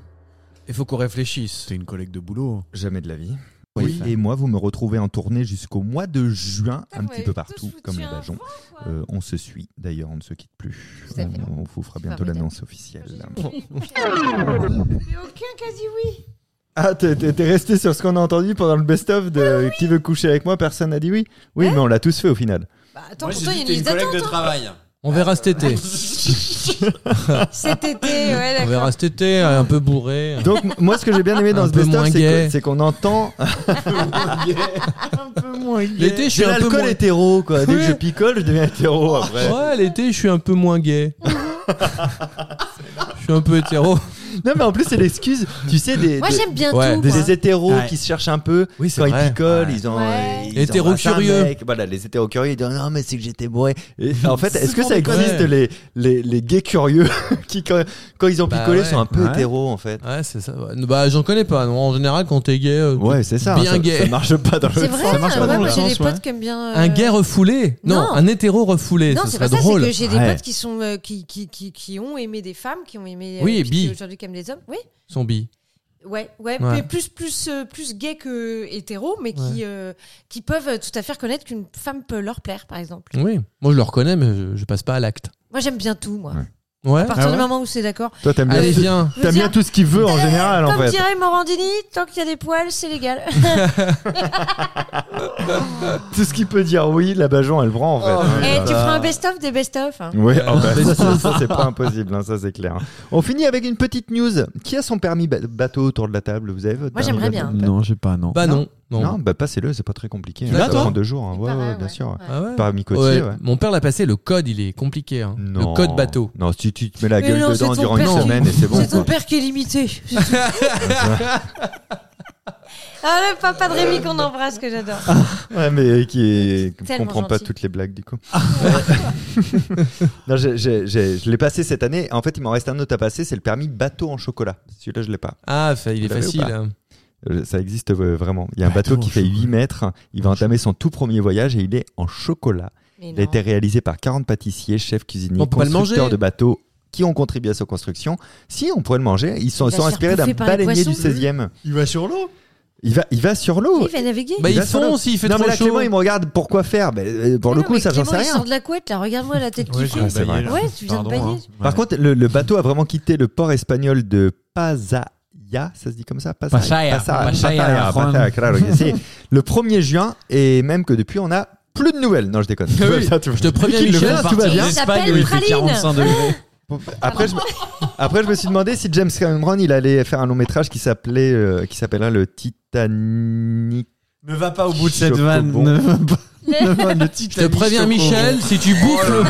[SPEAKER 5] Il faut qu'on réfléchisse.
[SPEAKER 3] C'était une collègue de boulot.
[SPEAKER 1] Jamais de la vie.
[SPEAKER 5] Oui.
[SPEAKER 1] Et moi, vous me retrouvez en tournée jusqu'au mois de juin,
[SPEAKER 4] Putain,
[SPEAKER 1] un
[SPEAKER 4] vous
[SPEAKER 1] petit
[SPEAKER 4] m'avez
[SPEAKER 1] peu partout,
[SPEAKER 4] tous
[SPEAKER 1] comme
[SPEAKER 4] foutu
[SPEAKER 1] les
[SPEAKER 4] un
[SPEAKER 1] Bajons.
[SPEAKER 4] vent, quoi.
[SPEAKER 1] Euh, on se suit, d'ailleurs, on ne se quitte plus.
[SPEAKER 4] Tout à fait.
[SPEAKER 1] On, on vous fera bientôt
[SPEAKER 4] formidable.
[SPEAKER 1] l'annonce officielle.
[SPEAKER 4] Mais aucun quasi oui.
[SPEAKER 1] Ah, t'es t'es- t'es resté sur ce qu'on a entendu pendant le best-of de Qui veut coucher avec moi Personne n'a dit oui. Oui, mais on l'a tous fait au final.
[SPEAKER 4] Bah, attends, pourtant il y a une liste d'attente.
[SPEAKER 3] de travail.
[SPEAKER 5] On verra cet été.
[SPEAKER 4] Cet été, ouais,
[SPEAKER 5] On
[SPEAKER 4] d'accord.
[SPEAKER 5] verra cet été, euh, un peu bourré.
[SPEAKER 1] Donc, m- moi, ce que j'ai bien aimé dans
[SPEAKER 5] Un
[SPEAKER 1] ce
[SPEAKER 5] peu
[SPEAKER 1] best-of,
[SPEAKER 5] moins
[SPEAKER 1] c'est que-
[SPEAKER 5] gay.
[SPEAKER 1] c'est qu'on entend
[SPEAKER 5] L'été, je suis
[SPEAKER 1] de
[SPEAKER 5] un peu
[SPEAKER 1] l'alcool
[SPEAKER 5] moins.
[SPEAKER 1] hétéro, quoi. Dès que
[SPEAKER 5] Oui.
[SPEAKER 1] je picole, je deviens hétéro après.
[SPEAKER 5] Ouais, l'été, je suis un peu moins gay.
[SPEAKER 4] Mhm.
[SPEAKER 5] Je suis un peu hétéro.
[SPEAKER 1] Non, mais en plus, c'est l'excuse, tu sais, des,
[SPEAKER 4] Moi
[SPEAKER 1] des-
[SPEAKER 4] j'aime bien
[SPEAKER 5] Ouais,
[SPEAKER 4] tout.
[SPEAKER 1] des,
[SPEAKER 4] moi.
[SPEAKER 1] des hétéros
[SPEAKER 5] Ouais.
[SPEAKER 1] qui se cherchent un peu.
[SPEAKER 5] Oui,
[SPEAKER 1] Quand ils picolent, ils ont.
[SPEAKER 4] Ouais.
[SPEAKER 1] euh, ils
[SPEAKER 5] Hétéro
[SPEAKER 1] embrassent un
[SPEAKER 5] curieux.
[SPEAKER 1] mec. Voilà, les hétéros curieux, ils disent non, mais c'est que j'étais bourré. Et en fait, est-ce que ça
[SPEAKER 5] souvent
[SPEAKER 1] existe
[SPEAKER 5] des-
[SPEAKER 1] les, les, les gays curieux qui, quand, quand ils ont
[SPEAKER 5] Bah
[SPEAKER 1] picolé,
[SPEAKER 5] ouais.
[SPEAKER 1] sont un peu
[SPEAKER 5] Ouais.
[SPEAKER 1] hétéros en fait
[SPEAKER 5] Ouais, c'est ça. ouais. Bah, j'en connais pas. Non, en général, quand t'es gay, euh,
[SPEAKER 1] Ouais, c'est ça.
[SPEAKER 5] Bien
[SPEAKER 1] ça,
[SPEAKER 5] gay.
[SPEAKER 1] ça marche pas dans le
[SPEAKER 4] C'est vrai,
[SPEAKER 1] ça marche pas hein.
[SPEAKER 4] ouais,
[SPEAKER 1] dans
[SPEAKER 4] moi
[SPEAKER 1] le
[SPEAKER 4] j'ai des
[SPEAKER 1] sens, ouais.
[SPEAKER 4] potes qui aiment bien. euh,
[SPEAKER 5] un gay refoulé. Non,
[SPEAKER 4] Non.
[SPEAKER 5] un hétéro refoulé.
[SPEAKER 4] Non,
[SPEAKER 5] ce
[SPEAKER 4] c'est
[SPEAKER 5] serait
[SPEAKER 4] pas ça,
[SPEAKER 5] drôle.
[SPEAKER 4] c'est que j'ai des
[SPEAKER 1] Ouais.
[SPEAKER 4] potes qui, sont, euh, qui, qui, qui, qui ont aimé des femmes, qui ont aimé. euh,
[SPEAKER 5] Oui, et
[SPEAKER 4] puis qui
[SPEAKER 5] bi.
[SPEAKER 4] Aujourd'hui, qui aiment les hommes. Oui,
[SPEAKER 5] Son bi.
[SPEAKER 4] Ouais, ouais,
[SPEAKER 5] Ouais.
[SPEAKER 4] mais plus plus euh, plus gay que hétéro, mais qui euh, qui peuvent euh, tout à fait reconnaître qu'une femme peut leur plaire, par exemple.
[SPEAKER 5] Oui. Moi, je le reconnais, mais je, je passe pas à l'acte.
[SPEAKER 4] Moi, j'aime bien tout, moi.
[SPEAKER 5] Ouais.
[SPEAKER 4] À partir
[SPEAKER 1] Ah ouais
[SPEAKER 4] du moment où c'est d'accord.
[SPEAKER 1] Toi, t'aimes bien,
[SPEAKER 5] Allez,
[SPEAKER 1] tout-
[SPEAKER 5] viens.
[SPEAKER 4] Je veux
[SPEAKER 1] t'aimes
[SPEAKER 4] dire,
[SPEAKER 1] bien tout ce qu'il veut en général en
[SPEAKER 4] Comme
[SPEAKER 1] fait.
[SPEAKER 4] dirait Morandini, tant qu'il y a des poils, c'est légal.
[SPEAKER 1] Tout ce qu'il peut dire oui, la Bajon, elle prend en fait.
[SPEAKER 4] Et
[SPEAKER 1] Hein,
[SPEAKER 4] Eh, tu
[SPEAKER 1] voilà.
[SPEAKER 4] feras un best-of des best-of. hein.
[SPEAKER 1] Oui, ah bah, ça, ça, ça, c'est pas impossible, hein, ça c'est clair. On finit avec une petite news. Qui a son permis ba- bateau autour de la table Vous avez votre
[SPEAKER 4] Moi,
[SPEAKER 1] permis
[SPEAKER 4] j'aimerais
[SPEAKER 1] bateau autour
[SPEAKER 4] bien.
[SPEAKER 1] de la table
[SPEAKER 3] Non, j'ai pas, non.
[SPEAKER 5] Bah, non. Non.
[SPEAKER 1] Non, bah passez-le, c'est pas très compliqué.
[SPEAKER 5] Tu
[SPEAKER 1] hein,
[SPEAKER 5] l'as,
[SPEAKER 1] ça
[SPEAKER 5] toi
[SPEAKER 1] prend deux jours, hein.
[SPEAKER 4] Il
[SPEAKER 1] ouais,
[SPEAKER 4] paraît,
[SPEAKER 1] ouais, bien
[SPEAKER 4] ouais.
[SPEAKER 1] sûr.
[SPEAKER 5] Ah ouais.
[SPEAKER 1] Permis côtier, ouais.
[SPEAKER 5] Mon père l'a passé, le code, il est compliqué. hein.
[SPEAKER 1] Non.
[SPEAKER 5] Le code bateau.
[SPEAKER 1] Non, si tu te mets la
[SPEAKER 4] Mais
[SPEAKER 1] gueule
[SPEAKER 4] non, c'est
[SPEAKER 1] dedans
[SPEAKER 4] ton
[SPEAKER 1] durant une
[SPEAKER 4] permis.
[SPEAKER 1] semaine et c'est bon.
[SPEAKER 4] c'est ton
[SPEAKER 1] quoi.
[SPEAKER 4] père qui est limité. C'est tout. ah le papa de Rémi qu'on embrasse que j'adore.
[SPEAKER 1] Ah, Ouais, mais qui est-
[SPEAKER 4] Tellement
[SPEAKER 1] comprend pas
[SPEAKER 4] gentil. Ah,
[SPEAKER 1] toutes les blagues du coup. non, j'ai- j'ai- j'ai- je l'ai passé cette année. En fait, il m'en reste un autre à passer, c'est le permis bateau en chocolat. Celui-là, je l'ai pas.
[SPEAKER 5] Ah, fa- il est
[SPEAKER 1] Vous l'avez ou
[SPEAKER 5] facile.
[SPEAKER 1] pas
[SPEAKER 5] hein.
[SPEAKER 1] Euh, Ça existe euh, vraiment. Il y a un bateau qui fait 8 mètres. Il va entamer son tout premier voyage et il est en chocolat.
[SPEAKER 4] Mais
[SPEAKER 1] Il a
[SPEAKER 4] non.
[SPEAKER 1] été réalisé par 40 pâtissiers, chefs cuisiniers,
[SPEAKER 5] On peut pas le
[SPEAKER 1] constructeurs
[SPEAKER 5] manger.
[SPEAKER 1] de bateaux qui ont contribué à sa construction. Si, on pourrait le manger. Ils sont, sont
[SPEAKER 4] Il va se faire
[SPEAKER 1] inspirés d'un
[SPEAKER 4] bouffer par les
[SPEAKER 1] baleinier du
[SPEAKER 4] poissons.
[SPEAKER 1] 16e.
[SPEAKER 2] Il va sur l'eau
[SPEAKER 1] Il va, il va sur l'eau.
[SPEAKER 4] Il va naviguer.
[SPEAKER 6] Bah,
[SPEAKER 1] Il
[SPEAKER 6] ils
[SPEAKER 1] va sur
[SPEAKER 6] font
[SPEAKER 1] l'eau.
[SPEAKER 6] s'il fait
[SPEAKER 1] non,
[SPEAKER 6] trop
[SPEAKER 1] mais là,
[SPEAKER 6] chaud.
[SPEAKER 1] Clément, il me regarde pourquoi faire. Ben, euh, pour
[SPEAKER 4] Mais
[SPEAKER 1] le
[SPEAKER 4] non,
[SPEAKER 1] coup,
[SPEAKER 4] mais
[SPEAKER 1] ça, j'en sais
[SPEAKER 4] Clément, Il
[SPEAKER 1] rien.
[SPEAKER 4] sort de la couette, là. Regarde-moi la tête qui
[SPEAKER 1] je
[SPEAKER 4] fait.
[SPEAKER 1] c'est vrai.
[SPEAKER 4] Ouais, tu viens de
[SPEAKER 3] Pardon,
[SPEAKER 4] bailler.
[SPEAKER 3] hein.
[SPEAKER 1] Par contre, le, le bateau a vraiment quitté le port espagnol de Pasaya, ça se dit comme ça
[SPEAKER 3] Pasaya. Pasaya,
[SPEAKER 1] Pasaya,
[SPEAKER 3] Juan.
[SPEAKER 1] Pasaya, claro que sí. Le 1er juin, et même que depuis, on a plus de nouvelles. Non, je déconne.
[SPEAKER 6] Ah oui.
[SPEAKER 1] Ça, tu vois.
[SPEAKER 6] Je te préviens,
[SPEAKER 1] Qui le
[SPEAKER 6] Michel,
[SPEAKER 1] verra,
[SPEAKER 6] par-
[SPEAKER 1] tout va
[SPEAKER 4] Il
[SPEAKER 1] bien.
[SPEAKER 4] s'appelle
[SPEAKER 3] où il fait
[SPEAKER 4] Praline.
[SPEAKER 3] 45 degrés.
[SPEAKER 1] Après, je, me- après, je me suis demandé si James Cameron, il allait faire un long métrage qui s'appelait, euh, qui s'appellera le Titanic.
[SPEAKER 3] Ne va pas au bout de
[SPEAKER 1] cette
[SPEAKER 3] cette
[SPEAKER 1] vanne,
[SPEAKER 3] vanne.
[SPEAKER 1] Chocobon. ne
[SPEAKER 6] Je te préviens, Michel, si tu bouffes le.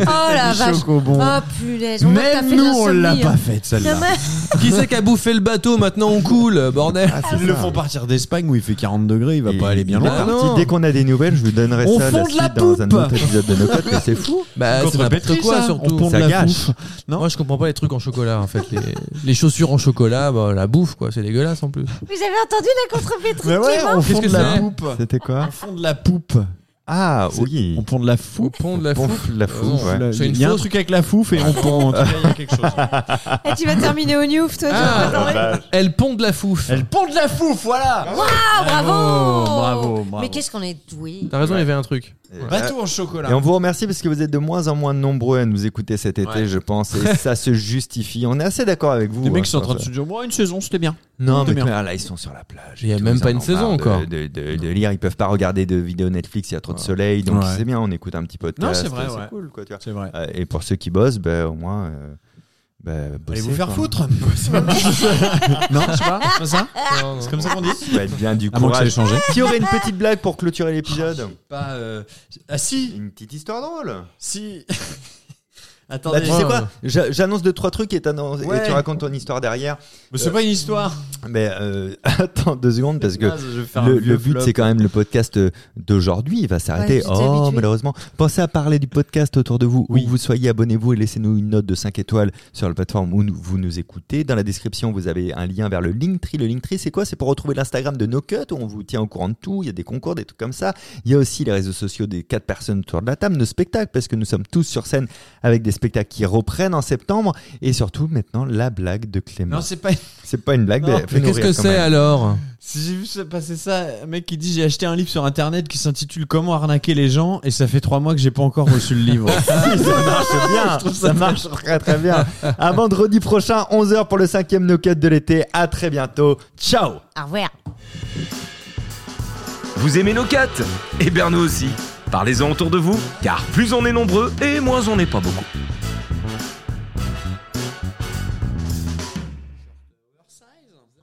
[SPEAKER 4] Oh la vache. Oh punaise. on voit que t'as fait
[SPEAKER 3] Même
[SPEAKER 4] de
[SPEAKER 3] nous, on l'a
[SPEAKER 4] l'insomnie,
[SPEAKER 3] pas
[SPEAKER 4] hein.
[SPEAKER 3] faite celle-là.
[SPEAKER 4] Dommage.
[SPEAKER 6] Qui c'est qui a bouffé le bateau Maintenant on coule, bordel.
[SPEAKER 1] Ah, c'est
[SPEAKER 3] Ils le
[SPEAKER 1] ça.
[SPEAKER 3] font partir d'Espagne où il fait 40 degrés, il va
[SPEAKER 1] Il-
[SPEAKER 3] pas aller bien
[SPEAKER 1] il est
[SPEAKER 3] loin.
[SPEAKER 6] non.
[SPEAKER 1] parti. Dès qu'on a des nouvelles, je vous donnerai
[SPEAKER 3] On
[SPEAKER 1] ça la
[SPEAKER 3] fond de la
[SPEAKER 1] suite dans un
[SPEAKER 3] poupe.
[SPEAKER 1] autre épisode de nos codes, mais c'est fou.
[SPEAKER 6] Bah, c'est n'importe quoi, surtout.
[SPEAKER 1] Ça gâche.
[SPEAKER 6] Moi, je comprends pas les trucs en chocolat, en fait. Les, les chaussures en chocolat, bah, la bouffe, quoi. C'est dégueulasse, en plus.
[SPEAKER 4] Vous avez entendu la contre-pétrie
[SPEAKER 3] Mais ouais, on
[SPEAKER 6] Qu'est-ce
[SPEAKER 3] fond
[SPEAKER 6] que
[SPEAKER 3] de la
[SPEAKER 6] c'est
[SPEAKER 3] poupe.
[SPEAKER 1] C'était quoi
[SPEAKER 3] On fond de la poupe.
[SPEAKER 1] Ah
[SPEAKER 3] C'est-
[SPEAKER 1] oui.
[SPEAKER 3] On pond de la
[SPEAKER 6] Au
[SPEAKER 3] foupe.
[SPEAKER 6] pont de la
[SPEAKER 1] On
[SPEAKER 6] foule.
[SPEAKER 1] fout de la
[SPEAKER 6] non,
[SPEAKER 1] fouf. ouais.
[SPEAKER 3] La-
[SPEAKER 6] C'est une
[SPEAKER 3] Il y a un
[SPEAKER 6] fausse.
[SPEAKER 3] truc avec la fouf et on pond. en tout cas, il y a quelque chose.
[SPEAKER 4] Et tu vas terminer au Newf, toi.
[SPEAKER 6] Ah,
[SPEAKER 4] Jean.
[SPEAKER 6] Elle pond de la fouffe.
[SPEAKER 3] Elle pond de la fouf, voilà.
[SPEAKER 4] Ah, bravo.
[SPEAKER 3] Bravo, bravo.
[SPEAKER 4] Mais qu'est-ce qu'on est doué.
[SPEAKER 6] T'as raison, il y avait un truc.
[SPEAKER 3] Bateau en
[SPEAKER 1] Et
[SPEAKER 3] chocolat.
[SPEAKER 1] on vous remercie parce que vous êtes de moins en moins nombreux à nous écouter cet été, je pense, et ça se justifie. On est assez d'accord avec vous.
[SPEAKER 3] Les mecs
[SPEAKER 1] hein,
[SPEAKER 3] sont en train
[SPEAKER 1] je
[SPEAKER 3] de
[SPEAKER 1] pense.
[SPEAKER 3] se dire, bon, une saison, c'était bien.
[SPEAKER 1] Non, mais
[SPEAKER 3] Tout bien.
[SPEAKER 1] clair, là, ils sont sur la plage.
[SPEAKER 6] Il y a
[SPEAKER 1] et tout,
[SPEAKER 6] même
[SPEAKER 1] ils
[SPEAKER 6] pas
[SPEAKER 1] en
[SPEAKER 6] une
[SPEAKER 1] ont
[SPEAKER 6] saison
[SPEAKER 1] marre de-
[SPEAKER 6] encore.
[SPEAKER 1] De, de- de lire, ils peuvent pas regarder de vidéos Netflix, il y a trop de soleil, donc
[SPEAKER 3] Ouais.
[SPEAKER 1] c'est bien, on écoute un petit podcast.
[SPEAKER 3] Non, c'est vrai, ouais.
[SPEAKER 1] cool, quoi, tu vois.
[SPEAKER 3] C'est vrai.
[SPEAKER 1] Euh, Et pour ceux qui bossent, ben, au moins. euh, ben,
[SPEAKER 3] Allez
[SPEAKER 1] bossez,
[SPEAKER 3] vous faire
[SPEAKER 1] quoi.
[SPEAKER 3] foutre. non, je sais pas, c'est pas ça C'est comme ça qu'on dit
[SPEAKER 1] Ouais, Bah, bien du
[SPEAKER 3] À moins que ça ait
[SPEAKER 1] courage.
[SPEAKER 3] changé.
[SPEAKER 1] Qui aurait une petite blague pour clôturer l'épisode
[SPEAKER 3] Pas, euh, Ah si,
[SPEAKER 1] Une petite histoire drôle.
[SPEAKER 3] si.
[SPEAKER 1] Bah,
[SPEAKER 3] Attendez.
[SPEAKER 1] tu sais
[SPEAKER 6] Ouais.
[SPEAKER 1] quoi J'a- J'annonce deux trois trucs et, t'annonces- et
[SPEAKER 3] Ouais.
[SPEAKER 1] tu racontes ton histoire derrière.
[SPEAKER 3] Mais c'est pas une histoire.
[SPEAKER 1] Mais euh, attends deux secondes parce que
[SPEAKER 3] Là, je vais faire un
[SPEAKER 1] le,
[SPEAKER 3] vieux
[SPEAKER 1] le but
[SPEAKER 3] flop.
[SPEAKER 1] c'est quand même le podcast euh, d'aujourd'hui. Il va s'arrêter.
[SPEAKER 4] Ouais, vous êtes
[SPEAKER 1] oh
[SPEAKER 4] habitués.
[SPEAKER 1] malheureusement. Pensez à parler du podcast autour de vous.
[SPEAKER 3] Oui.
[SPEAKER 1] Où vous soyez, abonnez-vous et laissez-nous une note de 5 étoiles sur la plateforme où nous- vous nous écoutez. Dans la description vous avez un lien vers le Linktree. Le Linktree c'est quoi C'est pour retrouver l'Instagram de No Cut où on vous tient au courant de tout. Il y a des concours, des trucs comme ça. Il y a aussi les réseaux sociaux des quatre personnes autour de la table, nos spectacles parce que nous sommes tous sur scène avec des spectacles qui reprennent en septembre et surtout maintenant la blague de Clément.
[SPEAKER 3] Non, c'est pas.
[SPEAKER 1] C'est pas une blague.
[SPEAKER 3] Non,
[SPEAKER 1] mais
[SPEAKER 3] mais
[SPEAKER 1] fais-nous
[SPEAKER 6] Mais qu'est-ce
[SPEAKER 1] rire
[SPEAKER 6] que
[SPEAKER 1] eh, quand
[SPEAKER 6] c'est
[SPEAKER 1] même.
[SPEAKER 6] alors
[SPEAKER 3] Si j'ai vu ça- passer ça, un mec qui dit j'ai acheté un livre sur internet qui s'intitule Comment arnaquer les gens et ça fait trois mois que j'ai pas encore reçu le livre.
[SPEAKER 1] Si, ça marche bien. ça marche très très bien. À vendredi prochain, 11h pour le cinquième no Cut de l'été. À très bientôt. Ciao
[SPEAKER 4] Au revoir.
[SPEAKER 9] Vous aimez nos quatre Eh bien nous aussi. Parlez-en autour de vous, car plus on est nombreux et moins on n'est pas beaucoup.